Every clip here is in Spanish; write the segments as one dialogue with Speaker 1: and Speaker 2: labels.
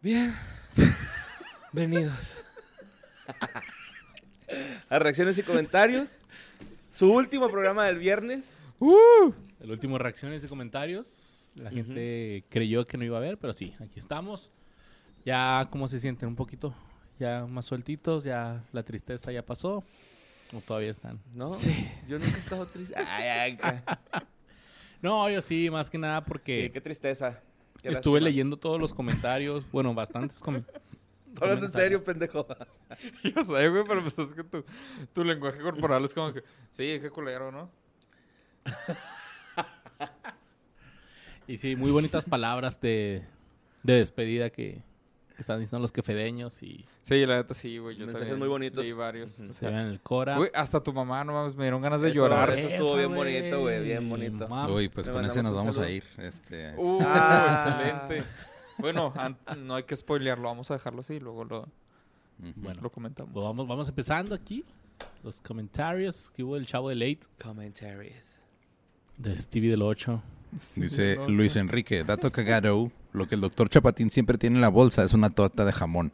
Speaker 1: Bien. Venidos. A reacciones y comentarios. Su último programa del viernes.
Speaker 2: El último reacciones y comentarios. La gente creyó que no iba a haber, pero sí, aquí estamos. Ya, ¿cómo se sienten un poquito? Ya más sueltitos, ya la tristeza ya pasó. O todavía están.
Speaker 1: ¿No?
Speaker 3: Sí.
Speaker 1: Yo nunca he estado triste. Ay, ay, qué-
Speaker 2: Ah, No, yo sí, más que nada
Speaker 1: sí,
Speaker 2: porque
Speaker 1: qué tristeza. Qué
Speaker 2: estuve
Speaker 1: lástima.
Speaker 2: leyendo todos los comentarios. Bueno, bastantes comentarios.
Speaker 1: Hablando en serio, pendejo.
Speaker 3: Yo sé, güey, pero pues es que tu, tu lenguaje corporal es como que. Sí, qué culero, ¿no?
Speaker 2: Y sí, muy bonitas palabras de, de despedida que, que están diciendo los quefedeños y
Speaker 3: Sí, la neta sí, güey. Yo
Speaker 1: Mensajes
Speaker 3: también
Speaker 1: muy bonitos.
Speaker 3: leí varios.
Speaker 2: se ven en el Cora.
Speaker 3: Güey, hasta tu mamá, no mames, me dieron ganas de
Speaker 1: Eso,
Speaker 3: llorar.
Speaker 1: eso estuvo bien bonito, güey, bien bonito.
Speaker 2: Mam-
Speaker 4: Uy, pues
Speaker 1: Le
Speaker 4: con ese
Speaker 1: mandamos
Speaker 4: nos
Speaker 1: un
Speaker 4: vamos a
Speaker 1: saludo.
Speaker 4: ir. Este,
Speaker 3: Uh,
Speaker 1: Ah.
Speaker 3: excelente. Bueno, an- no hay que spoilearlo, vamos a dejarlo así y luego lo,
Speaker 4: ujú.
Speaker 2: Bueno,
Speaker 3: lo comentamos.
Speaker 2: pues vamos, vamos empezando aquí. Los comentarios que hubo del chavo de late
Speaker 1: Commentaries.
Speaker 2: de Stevie del 8.
Speaker 4: Dice Luis Enrique, dato cagado, lo que el doctor Chapatín siempre tiene en la bolsa es una torta de jamón.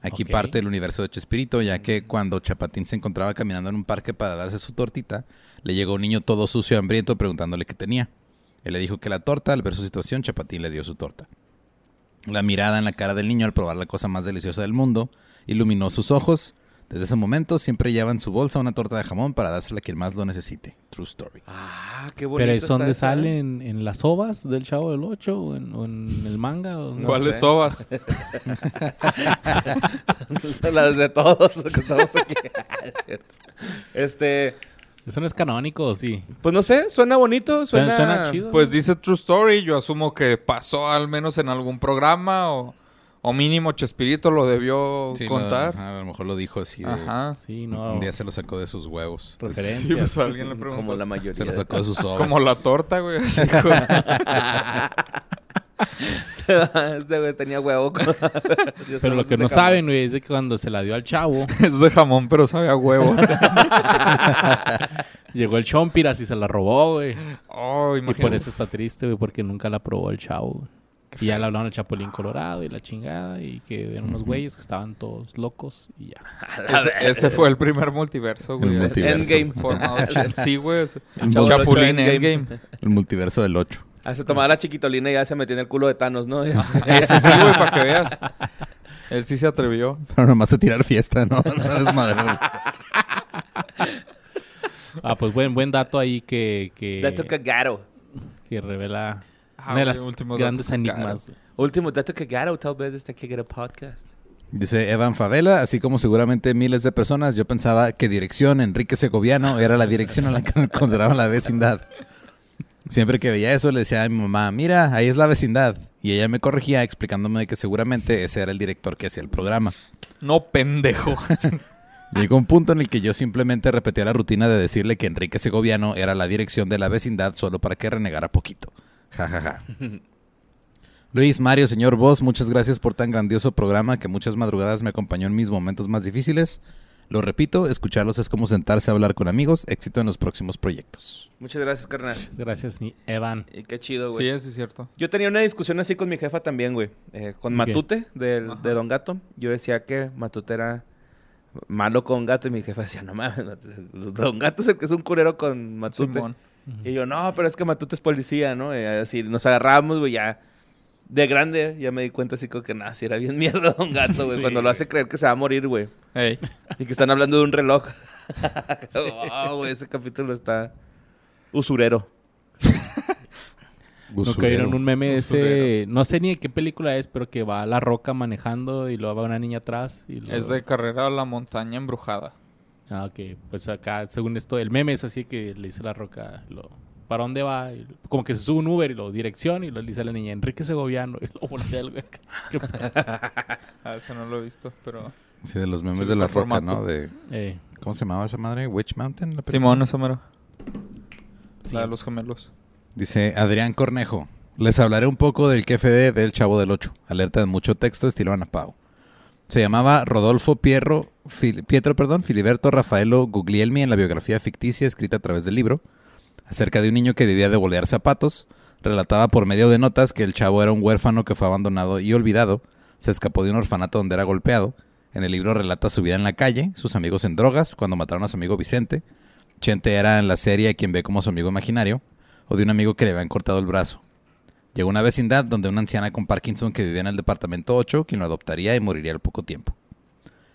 Speaker 4: Aquí
Speaker 2: Ok.
Speaker 4: parte el universo de Chespirito, ya que cuando Chapatín se encontraba caminando en un parque para darse su tortita, le llegó un niño todo sucio y hambriento preguntándole qué tenía. Él le dijo que la torta, al ver su situación, Chapatín le dio su torta. La mirada en la cara del niño al probar la cosa más deliciosa del mundo iluminó sus ojos. Desde ese momento siempre lleva en su bolsa una torta de jamón para dársela a quien más lo necesite. True story.
Speaker 1: Ah, qué bonito.
Speaker 2: Pero ¿es
Speaker 1: está
Speaker 2: donde
Speaker 1: eso, ¿eh?
Speaker 2: salen? ¿En las ovas del chavo del 8? ¿O en, o en el manga? ¿O no?
Speaker 3: ¿Cuáles
Speaker 1: sé.
Speaker 3: sobas?
Speaker 1: Las de todos los que estamos aquí. Ah, Es cierto. Este,
Speaker 2: ¿Eso no es canónico o sí?
Speaker 1: pues no sé, suena bonito,
Speaker 2: Suena,
Speaker 1: suena,
Speaker 2: suena chido.
Speaker 3: Pues
Speaker 2: ¿no?
Speaker 3: dice True Story, yo asumo que pasó al menos en algún programa o, o mínimo Chespirito lo debió
Speaker 4: Sí, lo-
Speaker 3: contar.
Speaker 4: ajá, a lo mejor lo dijo así de,
Speaker 3: Ajá.
Speaker 2: Sí, no.
Speaker 4: Un día se lo sacó de sus huevos. de sus-
Speaker 2: Referencia.
Speaker 3: Sí, pues alguien le preguntó.
Speaker 1: Como la mayoría.
Speaker 4: se lo
Speaker 1: de
Speaker 4: sacó de sus ojos.
Speaker 3: Como la torta, güey. así con-
Speaker 1: este güey tenía huevo. con-
Speaker 2: Pero lo que no saben, güey, es de que cuando se la dio al chavo,
Speaker 3: es de jamón, pero sabe a huevo.
Speaker 2: llegó el chompiras y se la robó, güey.
Speaker 3: Oh,
Speaker 2: Y por
Speaker 3: imagínate.
Speaker 2: eso está triste, güey, porque nunca la probó el chavo. güey. Y ya le hablaron al Chapulín Colorado y la chingada. Y que eran unos güeyes que estaban todos locos y ya.
Speaker 3: Ese, ese fue el primer multiverso, güey.
Speaker 4: El multiverso.
Speaker 1: Endgame.
Speaker 3: Formado. Sí, güey. ese-
Speaker 4: El
Speaker 3: Chavo
Speaker 1: multiverso
Speaker 3: Chapulín
Speaker 1: Endgame.
Speaker 3: Endgame.
Speaker 4: El multiverso del 8.
Speaker 1: Ah, se tomaba la chiquitolina y ya se metía en el culo de Thanos, ¿no?
Speaker 3: Ese sí, güey, para que veas. Él sí se atrevió.
Speaker 4: Pero nomás a tirar fiesta, ¿no? No es madre.
Speaker 2: Ah, pues buen, buen dato ahí que, que,
Speaker 1: Dato cagado.
Speaker 2: que revela
Speaker 3: Ah,
Speaker 2: una de
Speaker 3: güey,
Speaker 2: las
Speaker 3: últimos
Speaker 2: grandes
Speaker 3: datos, claro.
Speaker 2: enigmas. güey.
Speaker 1: Último dato cagado, tal vez este que get a podcast.
Speaker 4: Dice Evan Favela, así como seguramente miles de personas, yo pensaba que dirección Enrique Segoviano era la dirección a la que encontraba la vecindad. Siempre que veía eso le decía a mi mamá, mira, ahí es la vecindad. Y ella me corregía explicándome de que seguramente ese era el director que hacía el programa.
Speaker 3: No, pendejo.
Speaker 4: Llegó un punto en el que yo simplemente repetía la rutina de decirle que Enrique Segoviano era la dirección de la vecindad solo para que renegara poquito. Ja, ja, ja. Luis, Mario, señor Vos, muchas gracias por tan grandioso programa que muchas madrugadas me acompañó en mis momentos más difíciles. Lo repito, escucharlos es como sentarse a hablar con amigos. Éxito en los próximos proyectos.
Speaker 1: Muchas gracias, carnal.
Speaker 2: Gracias, mi Evan.
Speaker 1: Y qué chido, güey.
Speaker 3: Sí, eso es cierto.
Speaker 1: Yo tenía una discusión así con mi jefa también, güey. eh, con
Speaker 2: Ok.
Speaker 1: Matute, del-
Speaker 3: Ajá.
Speaker 1: de Don Gato. Yo decía que Matute era malo con Gato. Y mi jefa decía, no mames, Matute, Don Gato es el que es un culero con Matute.
Speaker 3: Simón.
Speaker 1: Y yo, no, pero es que Matute es policía, ¿no? Y así nos agarramos, güey, ya. De grande, ya me di cuenta así como que nada, si era bien mierda Don Gato, güey.
Speaker 2: Sí,
Speaker 1: cuando lo
Speaker 2: güey.
Speaker 1: hace creer que se va a morir, güey.
Speaker 3: Ey.
Speaker 1: Y que están hablando de un reloj. Oh, güey, ese capítulo está usurero.
Speaker 2: Nunca vieron un meme de ese.
Speaker 3: Usurero.
Speaker 2: No sé ni de qué película es, pero que va la roca manejando y luego va una niña atrás. Y luego-
Speaker 3: Es de carrera a la montaña embrujada.
Speaker 2: Ah, ok. Pues acá, según esto, el meme es así que le dice la roca, lo, ¿para dónde va? Y lo- como que se sube un Uber y lo dirección y lo le dice a la niña, Enrique Segoviano. Y lo voltea el güey. ¿Qué pedo?
Speaker 3: Ah, ese no lo he visto, pero...
Speaker 4: Sí, de los memes
Speaker 3: Sí,
Speaker 4: de la
Speaker 3: por
Speaker 4: roca,
Speaker 3: formato.
Speaker 4: ¿no? De,
Speaker 2: Eh,
Speaker 4: ¿Cómo se llamaba esa madre? ¿Witch Mountain? la película?
Speaker 3: Simón, esa mero.
Speaker 2: sí.
Speaker 3: La de los gemelos.
Speaker 4: Dice Adrián Cornejo. Les hablaré un poco del KFD del Chavo del 8. Alerta de mucho texto estilo Ana Pau. Se llamaba Rodolfo Pierro, Fil- Pietro perdón, Filiberto Rafaelo Guglielmi en la biografía ficticia escrita a través del libro, acerca de un niño que vivía de bolear zapatos. Relataba por medio de notas que el chavo era un huérfano que fue abandonado y olvidado. se escapó de un orfanato donde era golpeado. En el libro relata su vida en la calle, sus amigos en drogas, cuando mataron a su amigo Vicente. Chente era en la serie quien ve como su amigo imaginario, o de un amigo que le habían cortado el brazo. Llegó a una vecindad donde una anciana con Parkinson que vivía en el departamento 8, quien lo adoptaría y moriría al poco tiempo.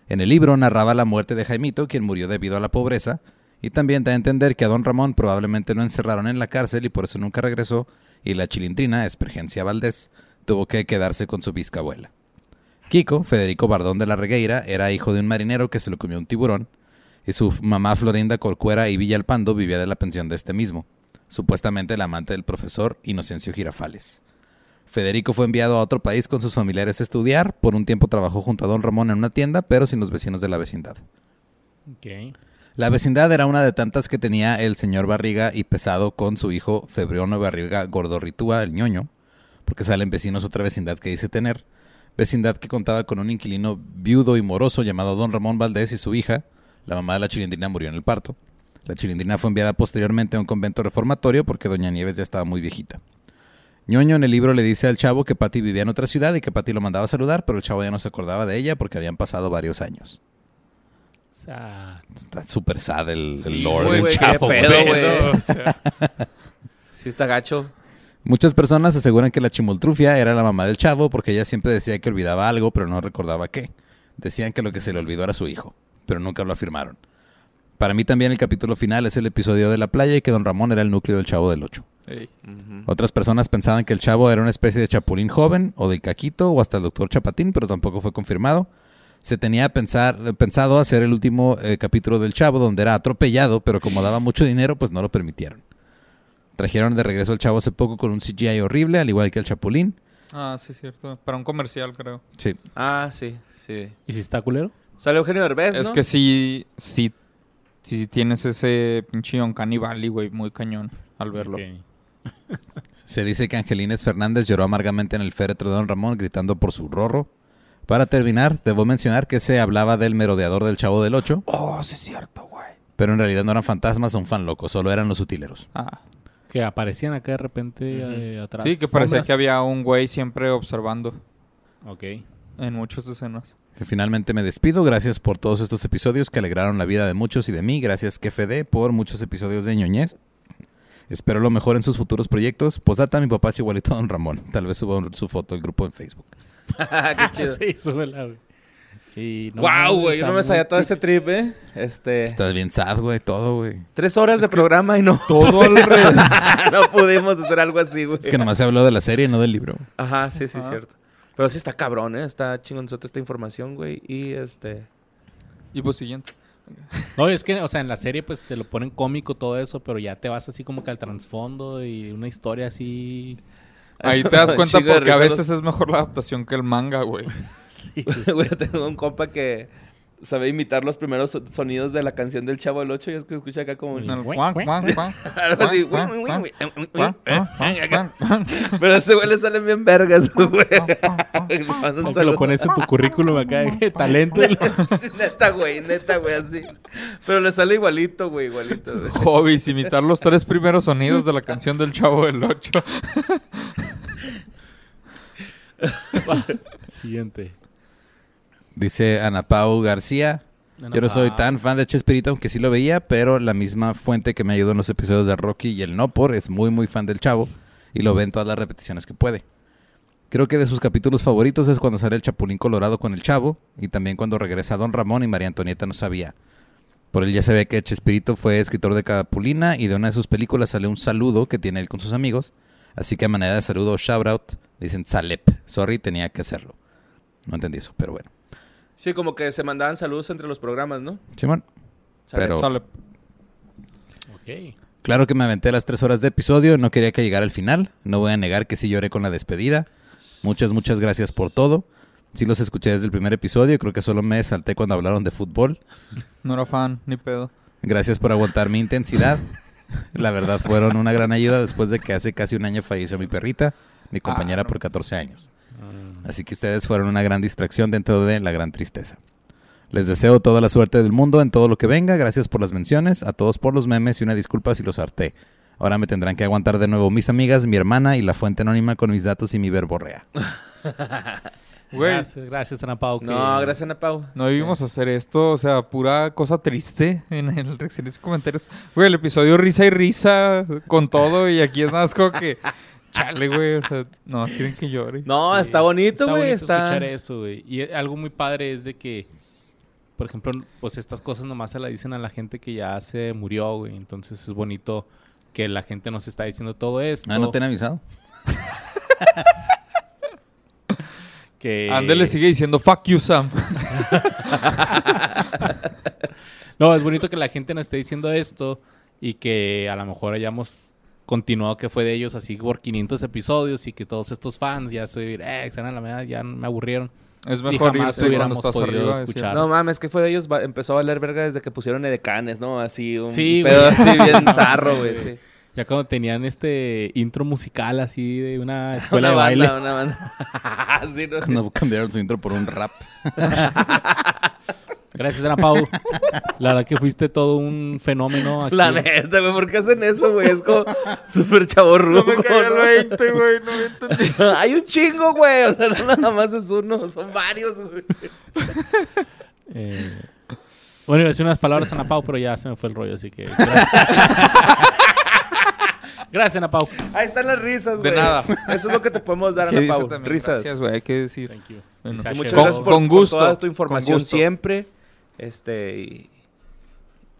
Speaker 4: En el libro narraba la muerte de Jaimito, quien murió debido a la pobreza, y también da a entender que a don Ramón probablemente lo encerraron en la cárcel y por eso nunca regresó, y la chilindrina, Espergencia Valdés, tuvo que quedarse con su bisabuela. Kiko, Federico Bardón de la Regueira, era hijo de un marinero que se lo comió un tiburón, y su mamá Florinda Corcuera y Villalpando vivía de la pensión de este mismo, supuestamente la amante del profesor Inocencio Girafales. Federico fue enviado a otro país con sus familiares a estudiar, por un tiempo trabajó junto a don Ramón en una tienda, pero sin los vecinos de la vecindad.
Speaker 2: Ok.
Speaker 4: La vecindad era una de tantas que tenía el señor Barriga y Pesado con su hijo Febriono Barriga Gordorritúa, el ñoño, porque salen vecinos otra vecindad que dice tener, vecindad que contaba con un inquilino viudo y moroso llamado don Ramón Valdés y su hija, la mamá de la chilindrina murió en el parto. La chilindrina fue enviada posteriormente a un convento reformatorio porque doña Nieves ya estaba muy viejita. ñoño en el libro le dice al chavo que Patty vivía en otra ciudad y que Patty lo mandaba a saludar, pero el chavo ya no se acordaba de ella porque habían pasado varios años.
Speaker 2: O sea,
Speaker 4: Está súper sad el, el
Speaker 3: Sí,
Speaker 4: lore
Speaker 1: güey,
Speaker 4: del
Speaker 1: qué
Speaker 4: chavo. güey.
Speaker 1: pedo,
Speaker 3: Pero,
Speaker 1: güey.
Speaker 3: o sea,
Speaker 1: Sí está gacho.
Speaker 4: Muchas personas aseguran que la chimoltrufia era la mamá del chavo porque ella siempre decía que olvidaba algo, pero no recordaba qué. Decían que lo que se le olvidó era su hijo, pero nunca lo afirmaron. Para mí también el capítulo final es el episodio de la playa y que don Ramón era el núcleo del chavo del Ocho.
Speaker 3: ey,
Speaker 4: Otras personas pensaban que el chavo era una especie de chapulín joven o del caquito o hasta el doctor Chapatín, pero tampoco fue confirmado. Se tenía pensar- pensado hacer el último eh, capítulo del chavo donde era atropellado, pero como daba mucho dinero, pues no lo permitieron. Trajeron de regreso al chavo hace poco con un CGI horrible, al igual que al chapulín.
Speaker 3: Ah, sí, es cierto. Para un comercial, creo.
Speaker 4: Sí.
Speaker 1: Ah, sí, sí.
Speaker 2: ¿y si está culero?
Speaker 1: Sale Eugenio Derbez,
Speaker 3: Es
Speaker 1: ¿no?
Speaker 3: que sí, sí, sí tienes ese pinche Uncanny Valley, güey, muy cañón al verlo.
Speaker 2: Ok.
Speaker 4: Se dice que Angelines Fernández lloró amargamente en el féretro de Don Ramón gritando por su rorro. Para terminar, debo mencionar que se hablaba del merodeador del chavo del 8,
Speaker 3: Oh, sí es cierto, güey.
Speaker 4: pero en realidad no eran fantasmas o un fan loco, solo eran los utileros.
Speaker 3: Ah.
Speaker 2: Que aparecían acá de repente
Speaker 1: Ujú.
Speaker 2: eh, atrás.
Speaker 3: Sí, que parecía
Speaker 2: sombras.
Speaker 3: que había un güey siempre observando
Speaker 2: Ok.
Speaker 3: en muchas escenas.
Speaker 4: Finalmente me despido. Gracias por todos estos episodios que alegraron la vida de muchos y de mí. Gracias, KFD, por muchos episodios de ñoñez. Espero lo mejor en sus futuros proyectos. Posdata, mi papá es igualito a Don Ramón. Tal vez suba un- su foto al grupo en Facebook.
Speaker 1: Ah, Qué chido.
Speaker 2: sí, súbela, güey. Y no
Speaker 1: wow,
Speaker 2: mames,
Speaker 1: güey. Yo
Speaker 2: está
Speaker 1: no me
Speaker 2: muy-
Speaker 1: sabía todo ese trip, ¿eh? Este.
Speaker 4: Estás bien sad, güey, todo, güey.
Speaker 1: Tres horas de programa y no.
Speaker 3: Todo
Speaker 1: no pudimos hacer algo así, güey.
Speaker 4: Es que nomás se habló de la serie, no del libro.
Speaker 1: Ajá, sí, sí,
Speaker 3: Ajá.
Speaker 1: cierto. Pero sí está cabrón, ¿eh? Está chingonzote esta información, güey. Y este.
Speaker 3: Y pues siguiente.
Speaker 2: No, es que, o sea, en la serie pues te lo ponen cómico todo eso, pero ya te vas así como que al trasfondo y una historia así.
Speaker 3: Ahí te das cuenta
Speaker 1: Chingo de
Speaker 3: porque a
Speaker 1: risas.
Speaker 3: veces es mejor la adaptación que el manga, güey.
Speaker 2: Sí.
Speaker 1: Güey, yo tengo un compa que sabe imitar los primeros so- sonidos de la canción del Chavo del 8 y es que escucha acá como un-
Speaker 2: Mm.
Speaker 3: El guan, guan, guan,
Speaker 1: algo así.
Speaker 3: guan, guan, guan, guan, guan,
Speaker 1: Pero a ese güey le salen bien vergas, güey.
Speaker 3: guan,
Speaker 1: Le mando un
Speaker 2: O que lo
Speaker 1: saludo.
Speaker 2: pones en tu currículum acá de talento.
Speaker 1: Neta, güey, neta, güey, así. Pero le sale igualito, güey, igualito. güey.
Speaker 3: Hobbies, imitar los tres primeros sonidos de la canción del Chavo del Ocho.
Speaker 2: Siguiente.
Speaker 4: Dice Ana Pau García. Yo no
Speaker 2: Ah,
Speaker 4: soy tan fan de Chespirito, aunque sí lo veía, pero la misma fuente que me ayudó en los episodios de Rocky y el No Por es muy, muy fan del chavo y lo ve en todas las repeticiones que puede. Creo que de sus capítulos favoritos es cuando sale el Chapulín Colorado con el chavo y también cuando regresa Don Ramón y María Antonieta no sabía. Por él ya se ve que Chespirito fue escritor de Capulina y de una de sus películas sale un saludo que tiene él con sus amigos. Así que a manera de saludo o shout out, dicen Salep. Sorry, tenía que hacerlo. No entendí eso, pero bueno.
Speaker 1: Sí, como que se mandaban saludos entre los programas, ¿no?
Speaker 4: Simón.
Speaker 1: Sale.
Speaker 4: Pero-
Speaker 3: Sale.
Speaker 2: Ok.
Speaker 4: Claro que me aventé las tres horas de episodio, no quería que llegara al final. No voy a negar que sí lloré con la despedida. Muchas, muchas gracias por todo. Sí los escuché desde el primer episodio, creo que solo me salté cuando hablaron de fútbol.
Speaker 3: No era fan, ni pedo.
Speaker 4: Gracias por aguantar mi intensidad. La verdad fueron una gran ayuda después de que hace casi un año falleció mi perrita, mi compañera por 14 años. Así que ustedes fueron una gran distracción dentro de la gran tristeza. Les deseo toda la suerte del mundo en todo lo que venga. Gracias por las menciones, a todos por los memes y una disculpa si los harté. Ahora me tendrán que aguantar de nuevo mis amigas, mi hermana y la fuente anónima con mis datos y mi verborrea.
Speaker 3: Güey,
Speaker 2: Gracias, gracias, Ana Pau. que-
Speaker 1: No, gracias, Ana Pau.
Speaker 3: no vivimos a hacer esto, o sea, pura cosa triste en el reacciones y comentarios. Güey, el episodio risa y risa con todo y aquí es más como que... Chale, güey, o sea, no, más quieren que llore.
Speaker 1: No,
Speaker 2: Sí.
Speaker 1: Ah, está bonito, güey. Está.
Speaker 2: escuchar eso, güey. Y eh, algo muy padre es de que, por ejemplo, pues estas cosas nomás se las dicen a la gente que ya se murió, güey. Entonces es bonito que la gente nos está diciendo todo esto.
Speaker 4: Ah, ¿no te han avisado?
Speaker 2: que...
Speaker 3: Ándale, sigue diciendo fuck you, Sam.
Speaker 2: No, es bonito que la gente nos esté diciendo esto y que a lo mejor hayamos continuado que fue de ellos así por 500 episodios y que todos estos fans ya se eh, se van a la mierda, ya me aburrieron.
Speaker 3: Es
Speaker 2: Y
Speaker 3: mejor
Speaker 2: jamás
Speaker 3: irse cuando
Speaker 2: hubiéramos
Speaker 3: estás
Speaker 2: podido
Speaker 3: arriba.
Speaker 2: escuchar.
Speaker 3: Escuchar.
Speaker 1: No mames, que fue de ellos? Va- Empezó a valer verga desde que pusieron Edecanes, ¿no? Así, un
Speaker 2: Sí,
Speaker 1: pedo
Speaker 2: güey.
Speaker 1: así bien zarro, güey. sí.
Speaker 2: Ya cuando tenían este intro musical así de una
Speaker 1: Una
Speaker 2: escuela de baile.
Speaker 1: banda, una banda. Sí, no,
Speaker 4: Cuando cambiaron su intro por un rap.
Speaker 2: Gracias, Ana Pau. La verdad que fuiste todo un fenómeno aquí.
Speaker 1: La neta, güey, ¿por qué hacen eso, güey? Es como súper chavo
Speaker 3: el 20, güey, no me entendí.
Speaker 1: Hay un chingo, güey. O sea, no nada más es uno, son varios, güey.
Speaker 2: Eh, bueno, iba a decir unas palabras a Ana Pau, pero ya se me fue el rollo, así que... Gracias, gracias Ana Pau.
Speaker 1: Ahí están las risas,
Speaker 3: De
Speaker 1: güey.
Speaker 3: nada.
Speaker 1: Eso es lo que te podemos dar, Ana Pau. Risas.
Speaker 3: Gracias, güey, hay que decir.
Speaker 2: Thank you.
Speaker 3: Bueno.
Speaker 2: Y
Speaker 1: Y
Speaker 2: Sasha
Speaker 1: muchas
Speaker 3: Con-
Speaker 1: gracias por,
Speaker 3: con
Speaker 1: por
Speaker 3: gusto,
Speaker 1: toda tu
Speaker 3: con
Speaker 1: información
Speaker 3: gusto.
Speaker 1: siempre. Este, y,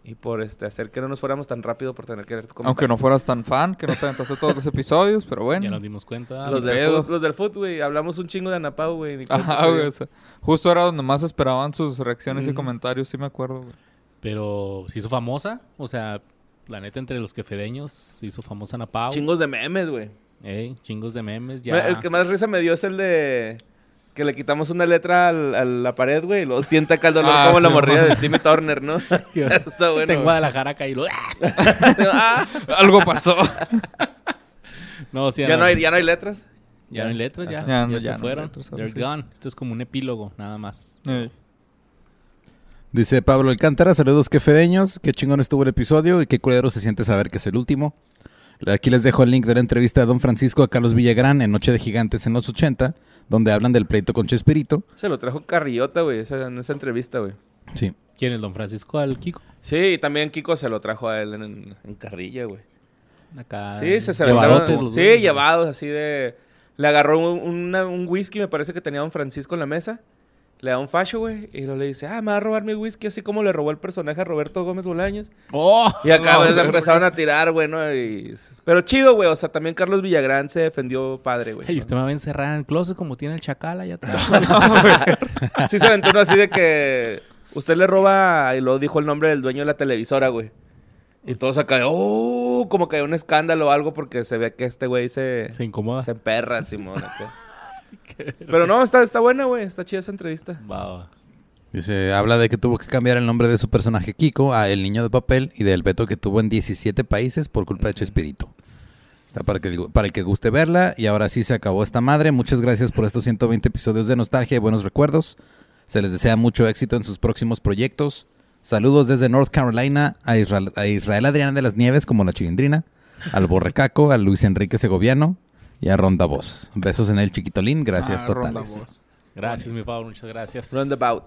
Speaker 1: y por este, hacer que no nos fuéramos tan rápido por tener que leer tu
Speaker 3: Aunque
Speaker 1: comentario.
Speaker 3: no fueras tan fan, que no te aventaste todos los episodios, pero
Speaker 2: Ya
Speaker 3: bueno.
Speaker 2: nos dimos cuenta.
Speaker 1: Los
Speaker 3: ni
Speaker 1: del,
Speaker 3: pedo.
Speaker 1: fut, los del fut, güey. Hablamos un chingo de Anapau, güey. ni cuenta
Speaker 3: Ajá,
Speaker 1: se
Speaker 3: güey,
Speaker 1: dio.
Speaker 3: o sea, justo era donde más esperaban sus reacciones y
Speaker 1: Ujú.
Speaker 3: comentarios, sí me acuerdo, güey.
Speaker 2: Pero se hizo famosa. O sea, la neta, entre los quefedeños se hizo famosa Ana Pau.
Speaker 1: Chingos de memes, güey.
Speaker 2: Ey, chingos de memes.
Speaker 1: Me-
Speaker 2: Ya.
Speaker 1: El que más risa me dio es el de que le quitamos una letra al- a la pared, güey, y lo sienta acá el dolor
Speaker 3: Ah,
Speaker 1: como la
Speaker 3: sí,
Speaker 1: morrida
Speaker 3: mamá.
Speaker 1: de Timmy Turner, ¿no? Está bueno.
Speaker 2: Tengo
Speaker 1: güey.
Speaker 2: Guadalajara caí. lo-
Speaker 1: Ah,
Speaker 3: Algo pasó.
Speaker 2: No, sí,
Speaker 1: ya, no hay, ya no hay letras.
Speaker 2: ya no hay letras, ya.
Speaker 3: Ajá.
Speaker 2: Ya,
Speaker 3: Ya no-
Speaker 2: se
Speaker 3: ya no hay
Speaker 2: fueron.
Speaker 3: letras, ahora
Speaker 2: They're
Speaker 3: sí.
Speaker 2: gone. Esto es como un epílogo, nada más.
Speaker 3: Eh,
Speaker 4: Dice Pablo Alcántara, saludos quefedeños, qué chingón estuvo el episodio y qué culero se siente saber que es el último. Aquí les dejo el link de la entrevista a Don Francisco a Carlos Villagrán en Noche de Gigantes en los 80, donde hablan del pleito con Chespirito.
Speaker 1: Se lo trajo Carriota, güey, esa- en esa entrevista, güey.
Speaker 4: Sí.
Speaker 2: ¿Quién es Don Francisco al Kiko?
Speaker 1: Sí, y también Kiko se lo trajo a él en, en- en carrilla, güey.
Speaker 2: Acá.
Speaker 1: Sí, se se
Speaker 2: llevarotes
Speaker 1: aventaron.
Speaker 2: los
Speaker 1: Sí,
Speaker 2: güeyes.
Speaker 1: llevados así de. Le agarró un, una- un whisky, me parece que tenía un Francisco en la mesa. Le da un facho, güey, y luego le dice, ah, me va a robar mi whisky, así como le robó el personaje a Roberto Gómez Bolaños.
Speaker 2: ¡Oh!
Speaker 1: Y acá
Speaker 3: No,
Speaker 1: pues,
Speaker 3: pero-
Speaker 1: empezaron a tirar, güey, ¿no? Y- Pero chido, güey. O sea, también Carlos Villagrán se defendió padre, güey.
Speaker 2: Ey, usted me va a encerrar en el closet como tiene el chacal allá atrás.
Speaker 1: Sí se aventó uno así de que usted le roba y luego dijo el nombre del dueño de la televisora, güey. Y todos acá, ¡oh! Como que hay un escándalo o algo porque se ve que este güey se,
Speaker 2: se incomoda.
Speaker 1: se emperra, Simón. acá. Pero no, está, está buena, güey. Está chida esa entrevista.
Speaker 2: Va, va.
Speaker 4: Dice, habla de que tuvo que cambiar el nombre de su personaje Kiko a El Niño de Papel y del veto que tuvo en 17 países por culpa de Chespirito. Está para, que, para el que guste verla. Y ahora sí se acabó esta madre. Muchas gracias por estos 120 episodios de nostalgia y buenos recuerdos. Se les desea mucho éxito en sus próximos proyectos. Saludos desde North Carolina a Israel, a Israel Adriana de las Nieves como la chilindrina, al Borrecaco, a Luis Enrique Segoviano y a Ronda Voz. Besos en el chiquitolín. Gracias
Speaker 3: ah,
Speaker 4: totales.
Speaker 3: rondavoz.
Speaker 2: Gracias, mi Pablo. Muchas gracias.
Speaker 1: Roundabout.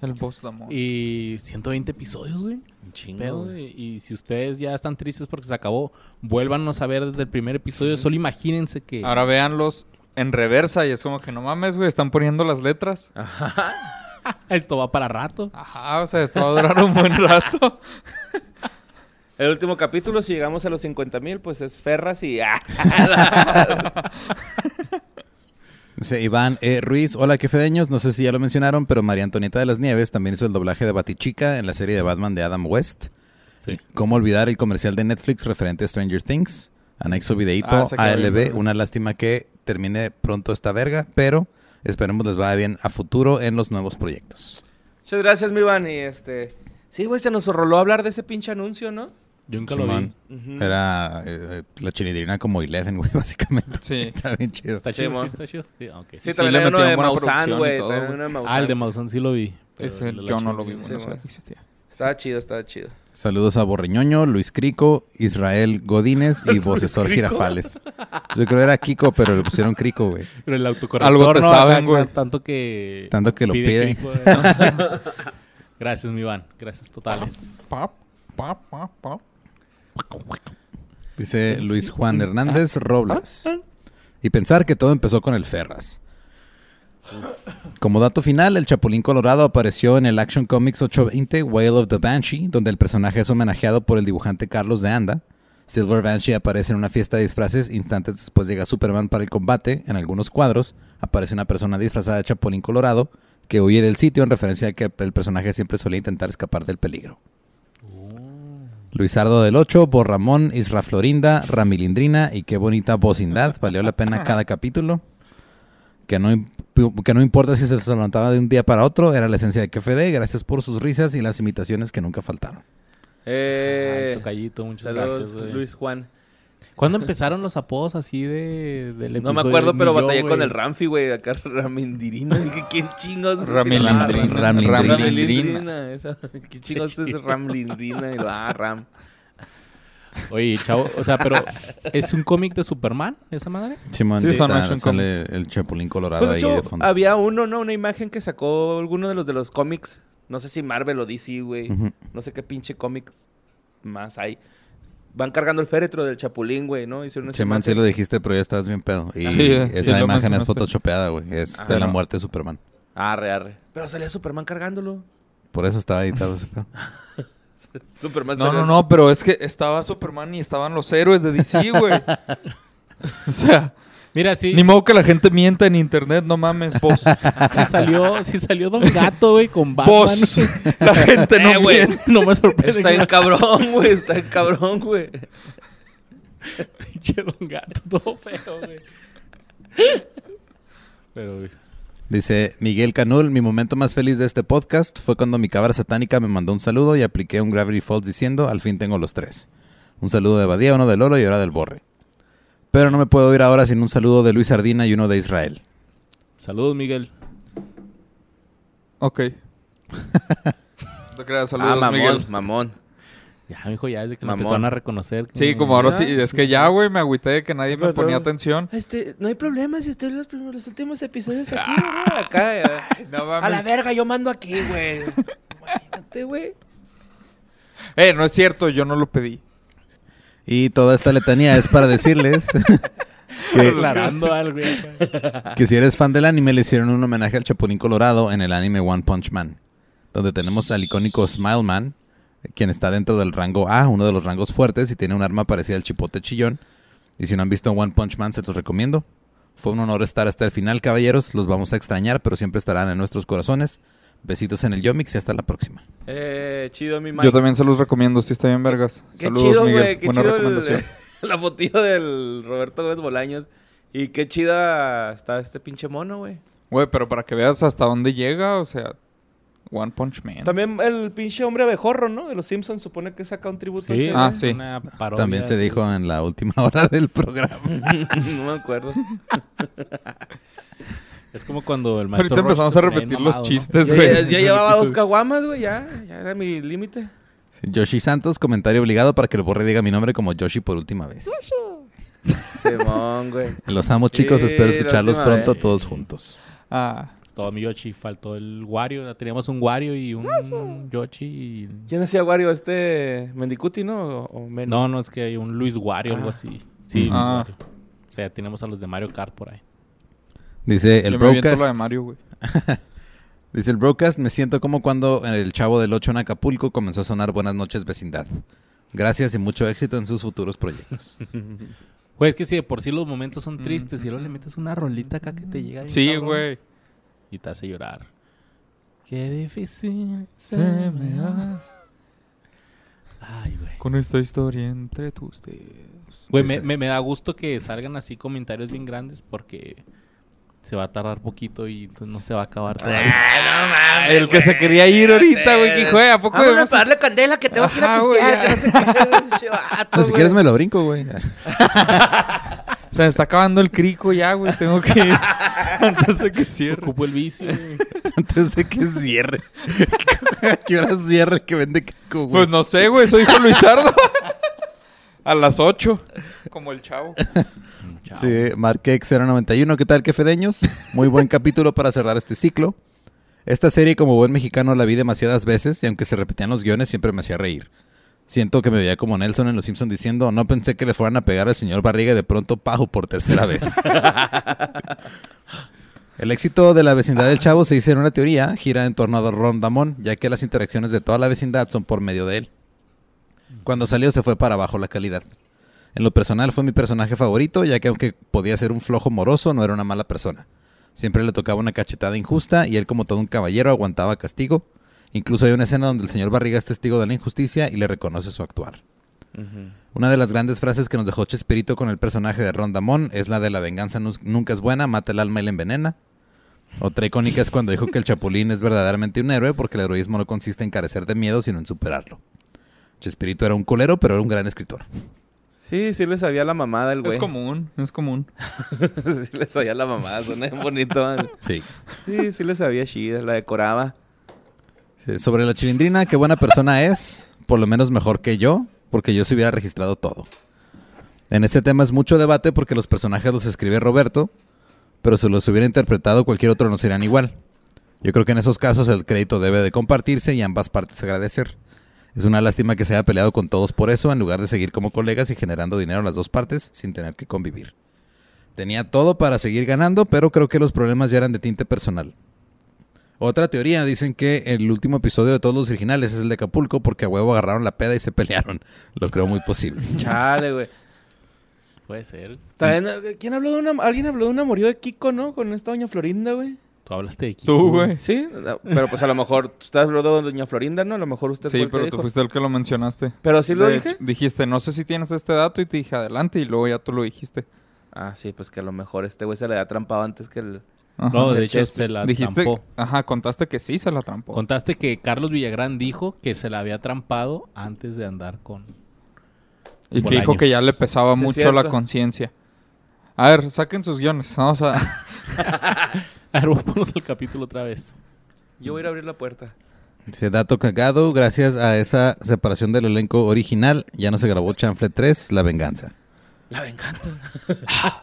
Speaker 3: El boss de amor.
Speaker 2: Y 120 episodios, güey.
Speaker 1: Un chingo,
Speaker 2: pedo,
Speaker 1: güey.
Speaker 2: güey. Y si ustedes ya están tristes porque se acabó, vuélvanos a ver desde el primer episodio. Solo imagínense que.
Speaker 3: Ahora véanlos en reversa y es como que no mames, güey, están poniendo las letras.
Speaker 2: Ah. Esto va para rato.
Speaker 3: Ajá, o sea, esto va a durar un buen rato.
Speaker 1: El último capítulo, si llegamos a los 50 mil, pues es Ferras y...
Speaker 4: Dice Iván E. Ruiz, hola quefedeños, no sé si ya lo mencionaron, pero María Antonieta de las Nieves también hizo el doblaje de Batichica en la serie de Batman de Adam West.
Speaker 2: Sí.
Speaker 4: Y ¿Cómo olvidar el comercial de Netflix referente a Stranger Things? Anexo
Speaker 3: Ah,
Speaker 4: videíto
Speaker 3: esa quedó bien,
Speaker 4: ALB,
Speaker 3: verga.
Speaker 4: una lástima que termine pronto esta verga, pero esperemos les vaya bien a futuro en los nuevos proyectos.
Speaker 1: Muchas gracias, mi Iván. Y este... Sí, güey, se nos roló hablar de ese pinche anuncio, ¿no?
Speaker 2: Yo nunca lo vi.
Speaker 4: Simón,
Speaker 1: Ujú.
Speaker 4: Era eh, eh, la chilindrina como Eleven, güey, básicamente.
Speaker 3: Sí.
Speaker 4: Está bien chido.
Speaker 2: Está
Speaker 1: Sí,
Speaker 2: chido,
Speaker 1: mon.
Speaker 2: sí, está chido. Sí, ah, ok.
Speaker 1: Sí,
Speaker 3: Sí,
Speaker 1: también
Speaker 3: le
Speaker 1: hay uno
Speaker 3: metieron
Speaker 1: de
Speaker 3: buena
Speaker 1: Maussan,
Speaker 3: producción y
Speaker 1: güey.
Speaker 3: todo,
Speaker 1: también
Speaker 3: güey.
Speaker 1: uno de
Speaker 2: Ah, el de
Speaker 1: Maussan.
Speaker 2: Maussan sí lo vi. pero
Speaker 3: Ese
Speaker 2: el de la
Speaker 3: yo no lo vi,
Speaker 2: chingada.
Speaker 3: güey,
Speaker 1: Sí,
Speaker 3: no sabía
Speaker 1: güey.
Speaker 3: que existía.
Speaker 1: Estaba chido, estaba chido.
Speaker 4: Saludos a Borreñoño, Luis Crico, Israel Godínez y Vocesor Girafales. Yo creo que era Kiko, pero le pusieron Crico, güey.
Speaker 2: Pero el autocorrector
Speaker 3: Algo te
Speaker 2: no,
Speaker 3: saben,
Speaker 2: tan-
Speaker 3: güey.
Speaker 2: Tanto que...
Speaker 4: Tanto que lo pide.
Speaker 2: clic, güey, ¿no? Gracias, mi Iván. Gracias totales.
Speaker 3: Pap, pap, pap, pap.
Speaker 4: Dice Luis Juan Hernández Robles. Y pensar que todo empezó con el Ferras. Como dato final, el Chapulín Colorado apareció en el Action Comics 820 Whale of the Banshee, donde el personaje es homenajeado por el dibujante Carlos de Anda. Silver Banshee aparece en una fiesta de disfraces, instantes después llega Superman para el combate. En algunos cuadros aparece una persona disfrazada de Chapulín Colorado que huye del sitio en referencia a que el personaje siempre solía intentar escapar del peligro. Luisardo del 8, Borramón, Isra Florinda, Ramilindrina y qué bonita vecindad. Valió la pena cada capítulo. Que no, imp- que no importa si se levantaba de un día para otro, era la esencia de KFD. Gracias por sus risas y las imitaciones que nunca faltaron.
Speaker 1: Eh,
Speaker 2: Ay, tocallito, muchas
Speaker 1: saludos,
Speaker 2: gracias, güey.
Speaker 1: Luis Juan.
Speaker 2: ¿Cuándo empezaron los apodos así de, del
Speaker 1: No me
Speaker 2: episodio?
Speaker 1: acuerdo,
Speaker 2: Ni
Speaker 1: pero
Speaker 2: yo,
Speaker 1: batallé con
Speaker 2: güey.
Speaker 1: el Ramfi, güey. Acá Ramindirina. Dije, ¿quién chingos? es
Speaker 3: Ramilindrina.
Speaker 1: Ramilindrina?
Speaker 4: Ramilindrina.
Speaker 1: Ramilindrina, esa. ¿Qué chingos es Ramilindrina? Y lo, ah, Ram.
Speaker 2: Oye, chavo, o sea, pero ¿es un cómic de Superman esa madre?
Speaker 4: Simón,
Speaker 3: Sí, son
Speaker 4: está-
Speaker 3: action
Speaker 4: sale el Chapulín Colorado
Speaker 1: Pues de
Speaker 4: ahí de
Speaker 1: hecho,
Speaker 4: fondo.
Speaker 3: ah,
Speaker 1: había uno, ¿no? Una imagen que sacó alguno de los de los cómics. No sé si Marvel o DC, güey.
Speaker 4: Ujú.
Speaker 1: No sé qué pinche cómics más hay. Van cargando el féretro del Chapulín, güey, ¿no? Hicieron esa
Speaker 4: Simón, sí
Speaker 1: imagen.
Speaker 4: lo dijiste, pero ya estabas bien pedo. Y
Speaker 3: Sí, eh, sí
Speaker 4: esa
Speaker 3: lo
Speaker 4: imagen es
Speaker 3: mencionaste.
Speaker 4: photoshopeada, güey. Es
Speaker 1: Ah,
Speaker 4: de la
Speaker 1: no.
Speaker 4: muerte de Superman.
Speaker 1: Arre, arre. Pero salía Superman cargándolo.
Speaker 4: Por eso estaba editado ese pedo.
Speaker 1: Superman
Speaker 3: No,
Speaker 1: salía-
Speaker 3: no, no, pero es que estaba Superman y estaban los héroes de DC, güey. o sea,
Speaker 2: Mira, sí,
Speaker 3: ni modo que la gente mienta en internet, no mames, vos.
Speaker 2: sí salió, sí salió Don Gato, güey, con Batman.
Speaker 3: Vos. La gente
Speaker 1: Eh,
Speaker 3: no
Speaker 1: güey.
Speaker 3: miente.
Speaker 2: No me sorprende
Speaker 1: Está
Speaker 2: que
Speaker 1: en cabrón, güey. Está en cabrón, güey.
Speaker 2: pinche Don Gato, todo feo, güey. Pero, güey,
Speaker 4: Dice Miguel Canul, mi momento más feliz de este podcast fue cuando mi cabra satánica me mandó un saludo y apliqué un Gravity Falls diciendo, al fin tengo los tres. Un saludo de Badía, uno de Lolo y ahora del Borre. Pero no me puedo ir ahora sin un saludo de Luis Ardina y uno de Israel.
Speaker 2: saludos, Miguel.
Speaker 3: Ok. No te creas, saludos,
Speaker 1: ah, mamón,
Speaker 3: Miguel.
Speaker 1: mamón.
Speaker 2: Ya, mijo, ya desde que me
Speaker 1: Mamón.
Speaker 2: empezaron a reconocer. que-
Speaker 3: Sí, como ahora sí, es que ya, güey, me agüité de que nadie me
Speaker 1: Pero-
Speaker 3: ponía atención.
Speaker 1: Este, no hay problema si estoy en los, prim- los últimos episodios aquí, ¿verdad? Acá. eh.
Speaker 3: No
Speaker 1: A la
Speaker 3: mames.
Speaker 1: verga, yo mando aquí, güey. Imagínate, güey.
Speaker 3: Eh, no es cierto, yo no lo pedí.
Speaker 4: Y toda esta letanía es para decirles que,
Speaker 2: Aclarando algo, güey, acá.
Speaker 4: que si eres fan del anime le hicieron un homenaje al Chapulín Colorado en el anime One Punch Man, donde tenemos al icónico Smile Man, quien está dentro del rango A, uno de los rangos fuertes, y tiene un arma parecida al chipote chillón. Y si no han visto One Punch Man, se los recomiendo. Fue un honor estar hasta el final, caballeros. Los vamos a extrañar, pero siempre estarán en nuestros corazones. Besitos en el Yomix y hasta la próxima.
Speaker 1: Eh, chido, mi Mike.
Speaker 3: Yo también se los recomiendo, sí está bien, vergas.
Speaker 1: Qué
Speaker 3: saludos,
Speaker 1: chido,
Speaker 3: Miguel.
Speaker 1: güey. Qué
Speaker 3: Buena
Speaker 1: chido
Speaker 3: recomendación.
Speaker 1: el, la fotillo del Roberto Gómez Bolaños. Y qué chida está este pinche mono, güey.
Speaker 3: Güey, pero para que veas hasta dónde llega, o sea, One Punch Man.
Speaker 1: También el pinche hombre abejorro, ¿no? De los Simpsons supone que saca un tributo. a
Speaker 2: Sí,
Speaker 1: ese,
Speaker 3: Ah,
Speaker 2: es
Speaker 1: güey.
Speaker 3: sí.
Speaker 2: una parodia.
Speaker 4: También se dijo en la última hora del programa.
Speaker 1: no me acuerdo.
Speaker 2: Es como cuando el maestro.
Speaker 3: Ahorita empezamos a
Speaker 2: Roshi,
Speaker 3: repetir
Speaker 2: ahí
Speaker 3: los
Speaker 2: mamado, ¿no?
Speaker 3: chistes,
Speaker 1: ya,
Speaker 3: güey.
Speaker 1: ya- ya llevaba dos caguamas, güey. Ya, ya era mi límite.
Speaker 4: Yoshi Santos, comentario obligado para que el borre diga mi nombre como Yoshi por última vez.
Speaker 1: Simón, güey.
Speaker 4: Los amo, chicos.
Speaker 1: Sí,
Speaker 4: Espero
Speaker 1: la
Speaker 4: escucharlos
Speaker 1: última
Speaker 4: pronto
Speaker 1: vez.
Speaker 4: todos juntos.
Speaker 3: Ah,
Speaker 2: Es Todo mi Yoshi. Faltó el Wario. ya Teníamos un Wario y un Yoshi. y-
Speaker 1: ¿Quién hacía Wario? ¿Este Mendicuti, no? ¿O, o Menu?
Speaker 2: No, no, es que hay un Luis Wario o algo
Speaker 1: Ah.
Speaker 2: así. Sí, Luis
Speaker 3: Ah.
Speaker 2: Wario. O sea, tenemos a los de Mario Kart por ahí.
Speaker 4: Dice el
Speaker 3: yo me aviento
Speaker 4: broadcast.
Speaker 3: la de Mario, güey.
Speaker 4: Dice el broadcast, me siento como cuando el chavo del 8 en Acapulco comenzó a sonar Buenas noches vecindad. Gracias y mucho éxito en sus futuros proyectos.
Speaker 2: Pues es que si de por sí los momentos son
Speaker 3: Mm.
Speaker 2: tristes y luego le metes una rolita acá que te llega. bien
Speaker 3: Sí,
Speaker 2: cabrón
Speaker 3: güey.
Speaker 2: Y te hace llorar. Qué difícil se
Speaker 3: Se
Speaker 2: me
Speaker 3: me
Speaker 2: hace. Ay, güey.
Speaker 3: Con esta historia entre tus dedos.
Speaker 2: Güey, me,
Speaker 4: Dice-
Speaker 2: me- me da gusto que salgan así comentarios bien grandes porque se va a tardar poquito y entonces no se va a acabar. todavía.
Speaker 3: Ah. El que se quería ir ahorita, güey, que hijo, eh, ¿a poco
Speaker 1: Vámonos
Speaker 3: debemos
Speaker 1: a darle candela que tengo que ir a
Speaker 3: Ajá, güey,
Speaker 1: pistear.
Speaker 3: ya.
Speaker 1: que no sé qué, pinche vato,
Speaker 4: No, si
Speaker 1: güey.
Speaker 4: quieres me lo brinco, güey.
Speaker 3: Se me está acabando el crico ya, güey. Tengo que ir antes de que cierre.
Speaker 2: Ocupo el vicio, güey.
Speaker 4: Antes de que cierre. ¿A qué hora cierra el que vende crico, güey?
Speaker 3: Pues no sé, güey. Eso dijo Luisardo. A las 8. Como el chavo.
Speaker 2: Mm,
Speaker 4: Sí, Marquex 091. ¿Qué tal, quefedeños? Muy buen capítulo para cerrar este ciclo. Esta serie, como buen mexicano, la vi demasiadas veces y aunque se repetían los guiones, siempre me hacía reír. Siento que me veía como Nelson en Los Simpsons diciendo, no pensé que le fueran a pegar al señor Barriga y de pronto pajo por tercera vez. El éxito de la vecindad del chavo se dice en una teoría, gira en torno a Ron Damón, ya que las interacciones de toda la vecindad son por medio de él. Cuando salió se fue para abajo la calidad. En lo personal fue mi personaje favorito, ya que aunque podía ser un flojo moroso, no era una mala persona. Siempre le tocaba una cachetada injusta y él como todo un caballero aguantaba castigo. Incluso hay una escena donde el señor Barriga es testigo de la injusticia y le reconoce su actuar. Una de las grandes frases que nos dejó Chespirito con el personaje de Ron Damón es la de la venganza nu- nunca es buena, mata el alma y la envenena. Otra icónica es cuando dijo que el Chapulín es verdaderamente un héroe porque el heroísmo no consiste en carecer de miedo, sino en superarlo. Chespirito era un culero, pero era un gran escritor.
Speaker 1: Sí, sí le sabía la mamada el güey.
Speaker 3: Es común, es común.
Speaker 1: sí le sabía la mamada, suena bien bonito. man.
Speaker 4: Sí.
Speaker 1: Sí, sí le sabía chida, la decoraba.
Speaker 4: Sí, Sobre la chilindrina, qué buena persona es, por lo menos mejor que yo, porque yo se hubiera registrado todo. En este tema es mucho debate porque los personajes los escribe Roberto, pero si los hubiera interpretado cualquier otro no serían igual. Yo creo que en esos casos el crédito debe de compartirse y ambas partes agradecer. Es una lástima que se haya peleado con todos por eso en lugar de seguir como colegas y generando dinero las dos partes sin tener que convivir. Tenía todo para seguir ganando, pero creo que los problemas ya eran de tinte personal. Otra teoría, dicen que el último episodio de todos los originales es el de Acapulco porque a huevo agarraron la peda y se pelearon. Lo creo muy posible.
Speaker 1: Chale, güey.
Speaker 2: Puede ser.
Speaker 1: También, ¿quién habló de una, alguien habló de un amorío de Kiko, ¿no? Con esta doña Florinda, güey.
Speaker 2: Tú hablaste de Kiko.
Speaker 3: Tú, güey.
Speaker 1: Sí, no, pero pues a lo mejor tú estás hablando de doña Florinda, ¿no? A lo mejor usted fue
Speaker 3: Sí,
Speaker 1: el que
Speaker 3: pero tú
Speaker 1: dijo.
Speaker 3: fuiste el que lo mencionaste.
Speaker 1: Pero sí lo
Speaker 3: De
Speaker 1: dije.
Speaker 3: hecho, Dijiste, no sé si tienes este dato y te dije adelante y luego ya tú lo dijiste.
Speaker 1: Ah, sí, pues que a lo mejor este güey se le había trampado antes que el...
Speaker 3: Ajá.
Speaker 2: No, de
Speaker 1: Del
Speaker 2: hecho,
Speaker 1: Chespi.
Speaker 2: se la
Speaker 3: dijiste,
Speaker 2: trampó.
Speaker 3: ajá, contaste que sí se la trampó.
Speaker 2: Contaste que Carlos Villagrán dijo que se la había trampado antes de andar con...
Speaker 3: y
Speaker 2: por
Speaker 3: que dijo
Speaker 2: años.
Speaker 3: que ya le pesaba
Speaker 1: Sí, es
Speaker 3: mucho la
Speaker 1: cierto.
Speaker 3: conciencia. A ver, saquen sus guiones. Vamos a...
Speaker 2: A ver, volvamos al capítulo otra vez.
Speaker 1: Yo voy a ir a abrir la puerta.
Speaker 4: Dice, dato cagado, gracias a esa separación del elenco original, ya no se grabó Chanfle 3, La Venganza.
Speaker 1: La venganza.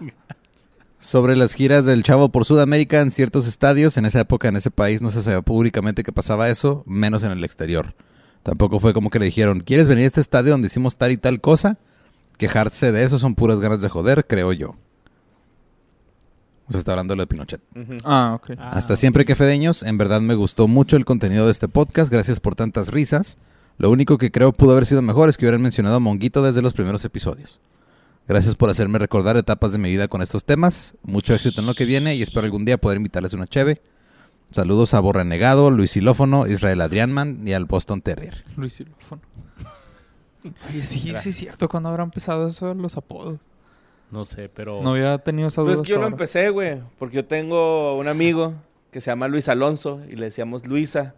Speaker 4: Sobre las giras del Chavo por Sudamérica en ciertos estadios, en esa época, en ese país, no se sabía públicamente que pasaba eso, menos en el exterior. Tampoco fue como que le dijeron, ¿quieres venir a este estadio donde hicimos tal y tal cosa? Quejarse de eso son puras ganas de joder, creo yo. O sea, está hablando de Pinochet.
Speaker 3: Ah, ok.
Speaker 4: Hasta siempre que fedeños, en verdad me gustó mucho el contenido de este podcast, gracias por tantas risas. Lo único que creo pudo haber sido mejor es que hubieran mencionado a Monguito desde los primeros episodios. Gracias por hacerme recordar etapas de mi vida con estos temas. Mucho éxito en lo que viene y espero algún día poder invitarles una cheve. Saludos a Borrenegado, Luis Silófono, Israel Adrianman y al Boston Terrier.
Speaker 3: Luis Silófono. Oye, sí, sí es cierto. ¿Cuándo habrá empezado eso de los apodos?
Speaker 2: No sé, pero...
Speaker 3: No había tenido esa duda.
Speaker 1: Pues es que yo
Speaker 3: hasta
Speaker 1: lo
Speaker 3: ahora.
Speaker 1: empecé, güey, porque yo tengo un amigo que se llama Luis Alonso y le decíamos Luisa.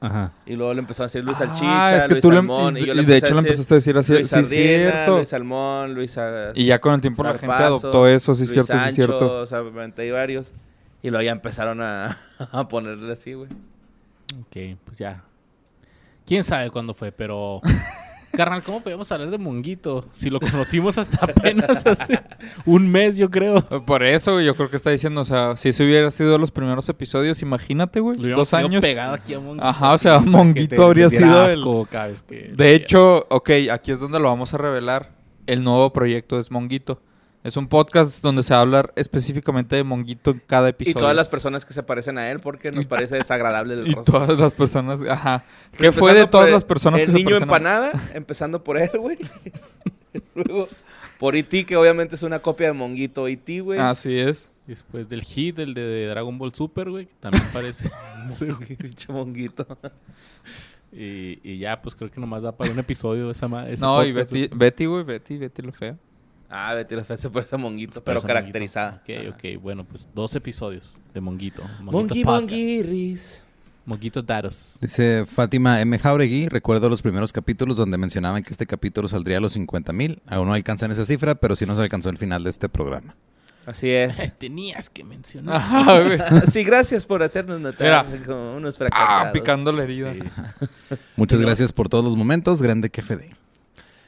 Speaker 2: Ajá.
Speaker 1: Y luego le empezó a decir Luis
Speaker 3: Ah,
Speaker 1: Salchicha,
Speaker 3: es que
Speaker 1: Luis
Speaker 3: tú le-
Speaker 1: Salmón.
Speaker 3: y-
Speaker 1: yo
Speaker 3: y de
Speaker 1: empecé
Speaker 3: hecho le
Speaker 1: decir
Speaker 3: empezaste a decir así,
Speaker 1: Luis
Speaker 3: sí, es
Speaker 1: Sardina,
Speaker 3: cierto.
Speaker 1: Luis Salmón, Luis... A-
Speaker 3: Y ya con el tiempo la gente
Speaker 1: Zarpazo,
Speaker 3: adoptó eso, sí es
Speaker 1: Luis
Speaker 3: cierto, sí es
Speaker 1: Sancho,
Speaker 3: cierto.
Speaker 1: O sea, obviamente hay varios. Y luego ya empezaron a, a ponerle así, güey.
Speaker 2: Ok, pues ya. ¿Quién sabe cuándo fue? Pero... Carnal, ¿cómo podíamos hablar de Monguito? Si lo conocimos hasta apenas hace un mes, yo creo.
Speaker 3: Por eso, güey, yo creo que está diciendo, o sea, si eso hubiera sido los primeros episodios, imagínate, güey,
Speaker 2: Lo
Speaker 3: dos
Speaker 2: tenido
Speaker 3: años.
Speaker 2: pegado aquí a Monguito.
Speaker 3: Ajá, o
Speaker 2: así,
Speaker 3: sea,
Speaker 2: para que
Speaker 3: Monguito
Speaker 2: te-
Speaker 3: habría
Speaker 2: te diera
Speaker 3: sido el-
Speaker 2: asco cada vez que lo
Speaker 3: De
Speaker 2: veías.
Speaker 3: hecho, ok, aquí es donde lo vamos a revelar. El nuevo proyecto es Monguito. Es un podcast donde se va a hablar específicamente de Monguito en cada episodio.
Speaker 1: Y todas las personas que se parecen a él porque nos parece desagradable el
Speaker 3: Y
Speaker 1: rostro.
Speaker 3: todas las personas, ajá. ¿Qué
Speaker 1: Pues Empezando
Speaker 3: fue de
Speaker 1: por
Speaker 3: todas
Speaker 1: el-
Speaker 3: las personas que
Speaker 1: el
Speaker 3: se
Speaker 1: niño
Speaker 3: parecen a-
Speaker 1: empanada, empezando por él, güey. Luego, por E.T., que obviamente es una copia de Monguito E.T., güey.
Speaker 3: Así es.
Speaker 2: Después del hit, el de Dragon Ball Super, güey, que también parece. ese, güey.
Speaker 1: Pinche Monguito.
Speaker 2: y, y ya, pues creo que nomás da para un episodio esa madre.
Speaker 3: no, y Betty, Betty, güey, Betty, Betty lo feo.
Speaker 1: Ah, Betty la Fea se parece a Monguito, pero caracterizada.
Speaker 2: Ok, ok, bueno, pues dos episodios de Monguito.
Speaker 1: Monguito. Mongi,
Speaker 2: Podcast.
Speaker 1: Mongi, Riz.
Speaker 2: Moquitos daros.
Speaker 4: Dice Fátima M. Jauregui, recuerdo los primeros capítulos donde mencionaban que este capítulo saldría a los 50 mil. Aún no alcanzan esa cifra, pero sí nos alcanzó el final de este programa.
Speaker 1: Así es.
Speaker 2: Tenías que mencionar.
Speaker 3: Ajá, Ah, güey.
Speaker 1: Sí, gracias por hacernos notar
Speaker 3: Mira.
Speaker 1: como unos
Speaker 3: Ah,
Speaker 1: fracasados.
Speaker 3: picando la herida.
Speaker 4: Muchas gracias por todos los momentos. Grande que Fede.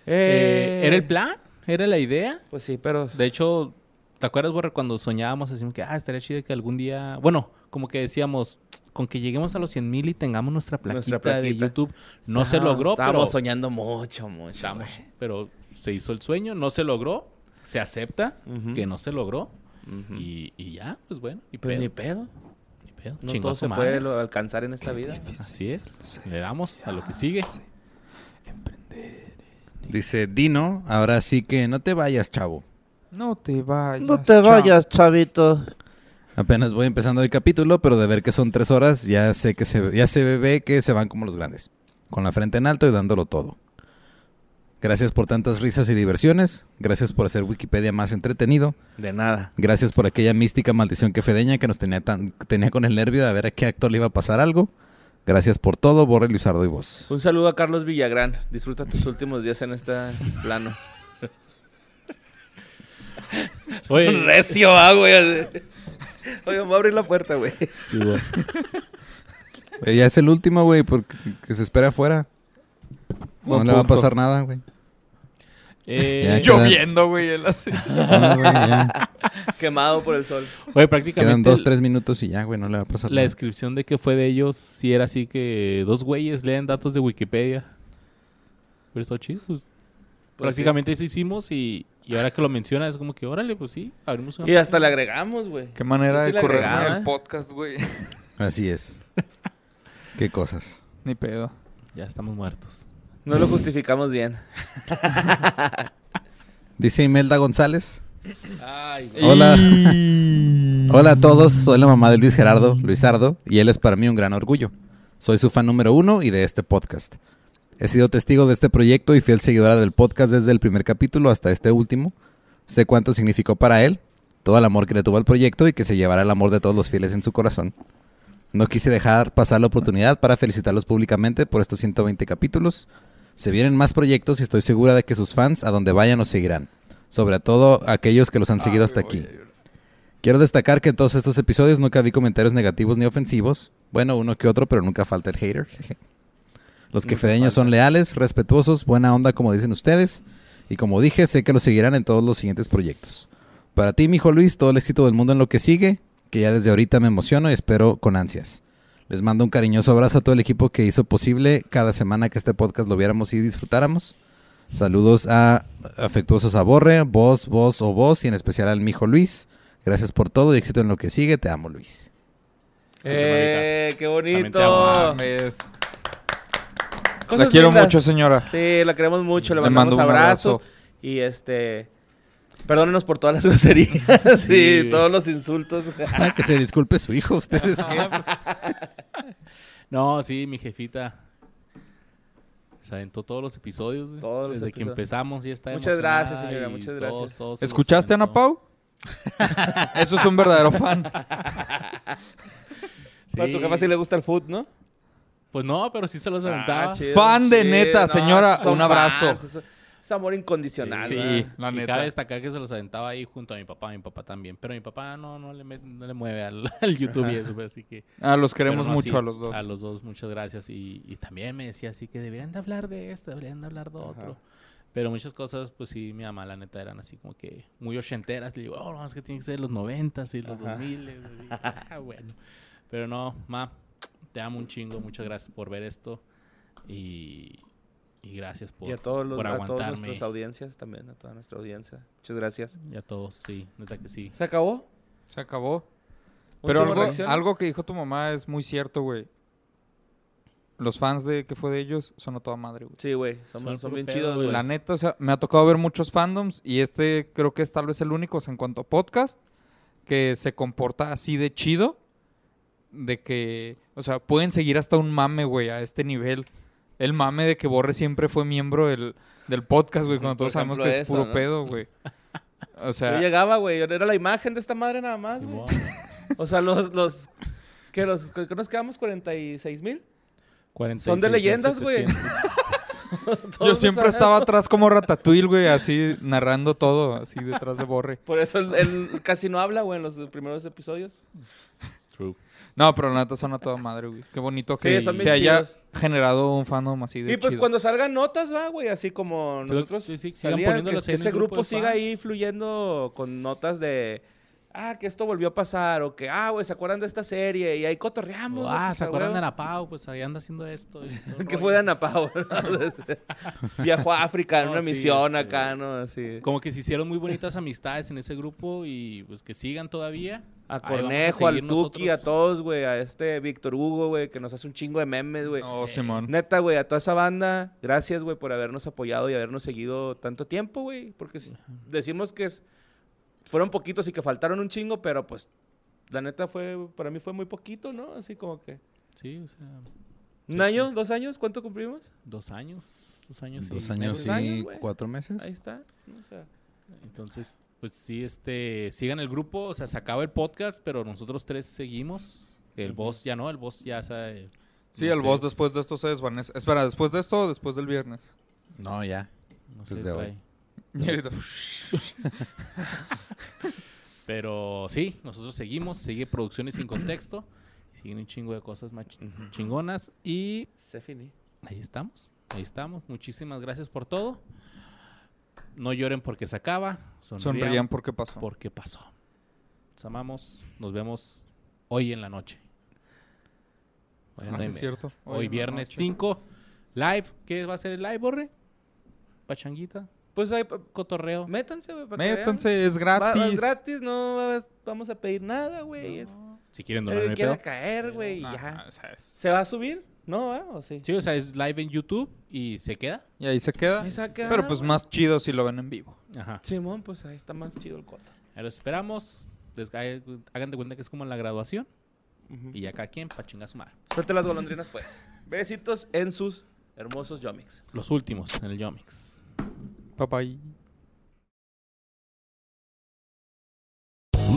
Speaker 1: Eh,
Speaker 2: ¿Era el plan? ¿Era la idea?
Speaker 1: Pues sí, pero...
Speaker 2: De hecho, ¿te acuerdas, Borre, cuando soñábamos así como que, ah, estaría chido que algún día, bueno, como que decíamos, con que lleguemos a los 100 mil y tengamos nuestra plaquita,
Speaker 1: Nuestra
Speaker 2: de
Speaker 1: plaquita.
Speaker 2: YouTube, no se
Speaker 1: Estábamos-
Speaker 2: logró,
Speaker 1: Estábamos
Speaker 2: pero,
Speaker 1: soñando mucho, mucho.
Speaker 2: estamos-
Speaker 1: güey.
Speaker 2: pero se hizo el sueño, no se logró, se acepta
Speaker 1: Ujú.
Speaker 2: que no se logró
Speaker 1: Ujú.
Speaker 2: y, y ya, pues bueno, y
Speaker 1: Pues
Speaker 2: pedo,
Speaker 1: ni pedo.
Speaker 2: ni pedo,
Speaker 1: No
Speaker 2: chingó
Speaker 1: todo
Speaker 2: su
Speaker 1: se
Speaker 2: madre.
Speaker 1: puede lo- alcanzar en esta vida.
Speaker 2: Así es, le damos a lo que sigue.
Speaker 4: Dice Dino, ahora sí que no te vayas, chavo.
Speaker 3: No te vayas.
Speaker 1: chavito.
Speaker 4: Apenas voy empezando el capítulo, pero de ver que son tres horas, ya sé que se, ya se ve que se van como los grandes. Con la frente en alto y dándolo todo. Gracias por tantas risas y diversiones. Gracias por hacer Wikipedia más entretenido.
Speaker 1: De nada.
Speaker 4: Gracias por aquella mística maldición que fedeña que nos tenía, tan, tenía con el nervio de ver a qué actor le iba a pasar algo. Gracias por todo, Borre, Lizardo y vos.
Speaker 1: Un saludo a Carlos Villagrán. Disfruta tus últimos días en este plano.
Speaker 2: Oye,
Speaker 1: Recio, ah, güey. así. Oye, me voy a abrir la puerta, güey.
Speaker 2: sí, güey.
Speaker 4: Eh, ya es el último, güey, porque que se espera afuera. No
Speaker 3: Buen
Speaker 4: le va a
Speaker 3: punto.
Speaker 4: pasar nada, güey.
Speaker 2: Eh,
Speaker 4: Ya
Speaker 3: Lloviendo, güey. él así.
Speaker 4: No, güey, ya.
Speaker 1: Quemado por el sol.
Speaker 2: oye, prácticamente...
Speaker 4: Quedan dos,
Speaker 2: el-
Speaker 4: tres minutos y ya, güey, no le va a pasar
Speaker 2: La
Speaker 4: nada.
Speaker 2: descripción de que fue de ellos, si era así que dos güeyes leen datos de Wikipedia. Pero está chido,
Speaker 1: Pues
Speaker 2: pues,
Speaker 1: sí.
Speaker 2: prácticamente eso hicimos y, y ahora que lo mencionas es como que, órale, pues sí, abrimos una...
Speaker 1: Y hasta le agregamos, güey.
Speaker 3: Qué manera
Speaker 1: Yo sí
Speaker 3: de
Speaker 1: le
Speaker 3: correr
Speaker 1: agregaba,
Speaker 3: el
Speaker 1: ¿eh?
Speaker 3: podcast, güey.
Speaker 4: Así es. Qué cosas.
Speaker 3: Ni pedo.
Speaker 2: Ya estamos muertos.
Speaker 1: No lo justificamos bien.
Speaker 4: Dice Imelda González.
Speaker 2: Ay,
Speaker 4: Hola. Hola a todos, soy la mamá de Luis Gerardo, Luisardo, y él es para mí un gran orgullo. Soy su fan número uno y de este podcast. He sido testigo de este proyecto y fiel seguidora del podcast desde el primer capítulo hasta este último. Sé cuánto significó para él, todo el amor que le tuvo al proyecto y que se llevará el amor de todos los fieles en su corazón. No quise dejar pasar la oportunidad para felicitarlos públicamente por estos 120 capítulos. Se vienen más proyectos y estoy segura de que sus fans a donde vayan nos seguirán, sobre todo aquellos que los
Speaker 3: Ah,
Speaker 4: han seguido hasta aquí. Quiero destacar que en todos estos episodios nunca vi comentarios negativos ni ofensivos. Bueno, uno que otro, pero nunca falta el hater. Jeje. Los
Speaker 1: Nunca
Speaker 4: quefedeños son leales, respetuosos, buena onda como dicen ustedes. Y como dije, sé que lo seguirán en todos los siguientes proyectos. Para ti, mijo Luis, todo el éxito del mundo en lo que sigue, que ya desde ahorita me emociono y espero con ansias. Les mando un cariñoso abrazo a todo el equipo que hizo posible cada semana que este podcast lo viéramos y disfrutáramos. Saludos a afectuosos a Borre, vos, vos o vos, y en especial al mijo Luis. Gracias por todo y éxito en lo que sigue. Te amo, Luis.
Speaker 1: Eh, qué
Speaker 2: También te amo,
Speaker 1: bonito.
Speaker 3: Mames.
Speaker 1: Cosas
Speaker 3: La quiero
Speaker 1: lindas.
Speaker 3: mucho, señora.
Speaker 1: Sí, la queremos mucho. Le
Speaker 3: Le
Speaker 1: mandamos
Speaker 3: mando un
Speaker 1: abrazos.
Speaker 3: abrazo.
Speaker 1: Y este. Perdónenos por todas las groserías
Speaker 2: Sí.
Speaker 1: y todos los insultos.
Speaker 4: Ah, que se disculpe su hijo, ustedes
Speaker 3: Ah, pues,
Speaker 4: qué.
Speaker 2: No, sí, mi jefita. Se aventó todos los episodios, güey.
Speaker 1: Todos los
Speaker 2: Desde que
Speaker 1: episodios.
Speaker 2: empezamos ya está
Speaker 1: Muchas gracias,
Speaker 2: emocionada
Speaker 1: señora,
Speaker 2: y
Speaker 1: muchas
Speaker 2: todos,
Speaker 1: gracias.
Speaker 2: todos se los
Speaker 3: ¿Escuchaste, Ana
Speaker 2: aventó.
Speaker 3: Pau? Eso es un verdadero fan.
Speaker 1: A tu
Speaker 2: Sí.
Speaker 1: jefa sí le gusta el food, ¿no?
Speaker 2: Pues no, pero sí se los
Speaker 1: Ah,
Speaker 2: aventaba.
Speaker 1: chido,
Speaker 3: Fan de
Speaker 1: chido.
Speaker 3: neta, señora,
Speaker 1: son
Speaker 3: un abrazo.
Speaker 1: fans, es, es amor incondicional.
Speaker 3: Sí.
Speaker 1: ¿verdad?
Speaker 3: la
Speaker 2: y
Speaker 3: neta.
Speaker 2: cabe destacar que se los aventaba ahí junto a mi papá, mi papá también. Pero mi papá no, no, le, met- no le mueve al, al YouTube y eso, pues, así que...
Speaker 3: Ah, los queremos
Speaker 2: pero no,
Speaker 3: mucho
Speaker 2: sí,
Speaker 3: a los dos.
Speaker 2: A los dos, muchas gracias. Y, y también me decía así que deberían de hablar de esto, deberían de hablar de otro. Pero muchas cosas, pues sí, mi mamá, la neta, eran así como que muy ochenteras. Le digo, oh, no, es que tiene que ser los noventas y los
Speaker 1: Ajá.
Speaker 2: dos miles. Ah, bueno. Pero no, ma, te amo un chingo. Muchas gracias por ver esto. Y, y gracias por,
Speaker 1: y a todos los,
Speaker 2: por
Speaker 1: a todas
Speaker 2: aguantarme.
Speaker 1: nuestras audiencias también, a toda nuestra audiencia. Muchas gracias.
Speaker 2: Y a todos, sí, neta que sí.
Speaker 1: ¿Se acabó?
Speaker 3: Se acabó. Pero
Speaker 1: ¿Últimas
Speaker 3: algo,
Speaker 1: reacciones?
Speaker 3: algo que dijo tu mamá es muy cierto, güey. Los fans de que fue de ellos son a toda madre, güey.
Speaker 1: Sí, güey. Son,
Speaker 2: Son
Speaker 1: son
Speaker 2: puro
Speaker 1: bien
Speaker 2: pedo,
Speaker 1: chidos,
Speaker 2: güey.
Speaker 1: güey.
Speaker 3: La neta, o sea, me ha tocado ver muchos fandoms y este creo que es tal vez el único o sea, en cuanto a podcast que se comporta así de chido, de que, o sea, pueden seguir hasta un mame, güey, a este nivel. El mame de que Borre siempre fue miembro del, del podcast, güey, cuando
Speaker 1: Por
Speaker 3: todos sabemos que
Speaker 1: ejemplo,
Speaker 3: es
Speaker 1: eso,
Speaker 3: puro
Speaker 1: ¿no?
Speaker 3: pedo, güey. O
Speaker 1: Yo
Speaker 3: sea,
Speaker 1: llegaba, güey. Era la imagen de esta madre nada más, güey.
Speaker 2: Simón.
Speaker 1: O sea, los, los que, los, que que nos quedamos 46 mil.
Speaker 2: 46,
Speaker 1: Son de leyendas, güey.
Speaker 3: Yo siempre estaba atrás como Ratatouille, güey, así narrando todo, así detrás de Borre.
Speaker 1: Por eso él, él casi no habla, güey, en los primeros episodios.
Speaker 2: True.
Speaker 3: No, pero la neta son a toda madre, güey. Qué bonito
Speaker 1: Sí,
Speaker 3: que
Speaker 1: son bien
Speaker 3: se haya
Speaker 1: chidos.
Speaker 3: generado un fandom así de
Speaker 1: Y pues
Speaker 3: chido.
Speaker 1: cuando salgan notas, va, güey, así como nosotros.
Speaker 2: Pues, sí, sí, sigan
Speaker 1: salían, que,
Speaker 2: poniéndolos
Speaker 1: que
Speaker 2: en
Speaker 1: ese
Speaker 2: el
Speaker 1: grupo,
Speaker 2: grupo de
Speaker 1: siga ahí
Speaker 2: fans.
Speaker 1: fluyendo con notas de. Ah, que esto volvió a pasar, o que, ah, güey, ¿se acuerdan de esta serie? Y ahí cotorreamos.
Speaker 2: Oh,
Speaker 1: güey,
Speaker 2: ah,
Speaker 1: pues,
Speaker 2: ¿se
Speaker 1: a
Speaker 2: acuerdan de
Speaker 1: huevo.
Speaker 2: Ana Pau? Pues ahí anda haciendo esto. y todo el
Speaker 1: que
Speaker 2: rollo.
Speaker 1: fue de Ana Pau? ¿no? Viajó a África en
Speaker 2: No,
Speaker 1: una
Speaker 2: sí,
Speaker 1: misión
Speaker 2: este,
Speaker 1: acá, ¿no? Así.
Speaker 2: Como que se hicieron muy bonitas amistades en ese grupo y pues que sigan todavía.
Speaker 1: A
Speaker 2: Ahí vamos
Speaker 1: Cornejo, al
Speaker 2: seguir
Speaker 1: Tuki, a
Speaker 2: nosotros.
Speaker 1: todos, güey, a este Víctor Hugo, güey, que nos hace un chingo de memes, güey.
Speaker 3: No, Simón.
Speaker 1: Neta, güey, a toda esa banda, gracias, güey, por habernos apoyado y habernos seguido tanto tiempo, güey. Porque s- decimos que es- fueron poquitos y que faltaron un chingo, pero pues la neta fue, para mí fue muy poquito, ¿no? Así como que...
Speaker 2: Sí, o sea,
Speaker 1: ¿Un año? ¿Dos años? ¿Cuánto cumplimos?
Speaker 2: dos años. Dos años.
Speaker 4: Dos
Speaker 2: y
Speaker 4: años
Speaker 2: meses.
Speaker 4: y
Speaker 1: Dos años, güey.
Speaker 4: cuatro meses.
Speaker 1: Ahí está. ¿no? O sea,
Speaker 2: Entonces, pues sí, este, sigan el grupo, o sea, se acaba el podcast, pero nosotros tres seguimos. El boss ya no, el boss ya sabe.
Speaker 3: Sí,
Speaker 2: no
Speaker 3: el
Speaker 2: sé,
Speaker 3: boss después de esto se desvanece. Espera, ¿después de esto o después del viernes?
Speaker 4: No, ya.
Speaker 2: no
Speaker 4: desde
Speaker 2: sé, trae.
Speaker 4: hoy.
Speaker 3: Y ahorita,
Speaker 2: Pero sí, nosotros seguimos, sigue producciones sin contexto, siguen un chingo de cosas más chi- chingonas y
Speaker 1: se finí.
Speaker 2: ahí estamos, ahí estamos. Muchísimas gracias por todo. No lloren porque se acaba, sonrían,
Speaker 3: Sonrían porque pasó.
Speaker 2: porque pasó. Los amamos, nos vemos hoy en la noche. Hoy en
Speaker 3: Ah,
Speaker 2: la
Speaker 3: sí,
Speaker 2: noche.
Speaker 3: es cierto.
Speaker 2: Hoy,
Speaker 3: en la
Speaker 2: viernes
Speaker 3: noche.
Speaker 2: 5, live. ¿Qué va a ser el live, Borre? Pachanguita,
Speaker 1: Pues ahí, pa-
Speaker 2: cotorreo.
Speaker 1: métanse, güey, para que vean.
Speaker 3: Pues, Métanse, es
Speaker 1: Va- va-
Speaker 3: gratis.
Speaker 1: gratis, no vas- vamos a pedir nada, güey. Es-
Speaker 2: Si
Speaker 3: Eh,
Speaker 2: quieren donar,
Speaker 1: Él
Speaker 2: no hay
Speaker 1: quiera
Speaker 2: pedo.
Speaker 1: Eh, caer, güey, y
Speaker 3: Nah,
Speaker 1: ya.
Speaker 3: o sea, es-
Speaker 1: ¿Se va a subir? ¿No, va? ¿O sí?
Speaker 2: Sí, o sea, es live en YouTube y se queda.
Speaker 3: Y ahí se queda.
Speaker 1: Ahí se va a quedar,
Speaker 3: Pero pues
Speaker 1: güey.
Speaker 3: más chido si lo ven en vivo.
Speaker 2: Ajá.
Speaker 1: Simón, pues ahí está más chido el cota.
Speaker 2: Ahora esperamos. Des- hay- Hagan de cuenta que es como la graduación. Y acá quien, pa' chingar su madre.
Speaker 1: Suelte las golondrinas, pues. Besitos en sus hermosos yomics.
Speaker 2: Los últimos en el Yomix.
Speaker 3: Papá.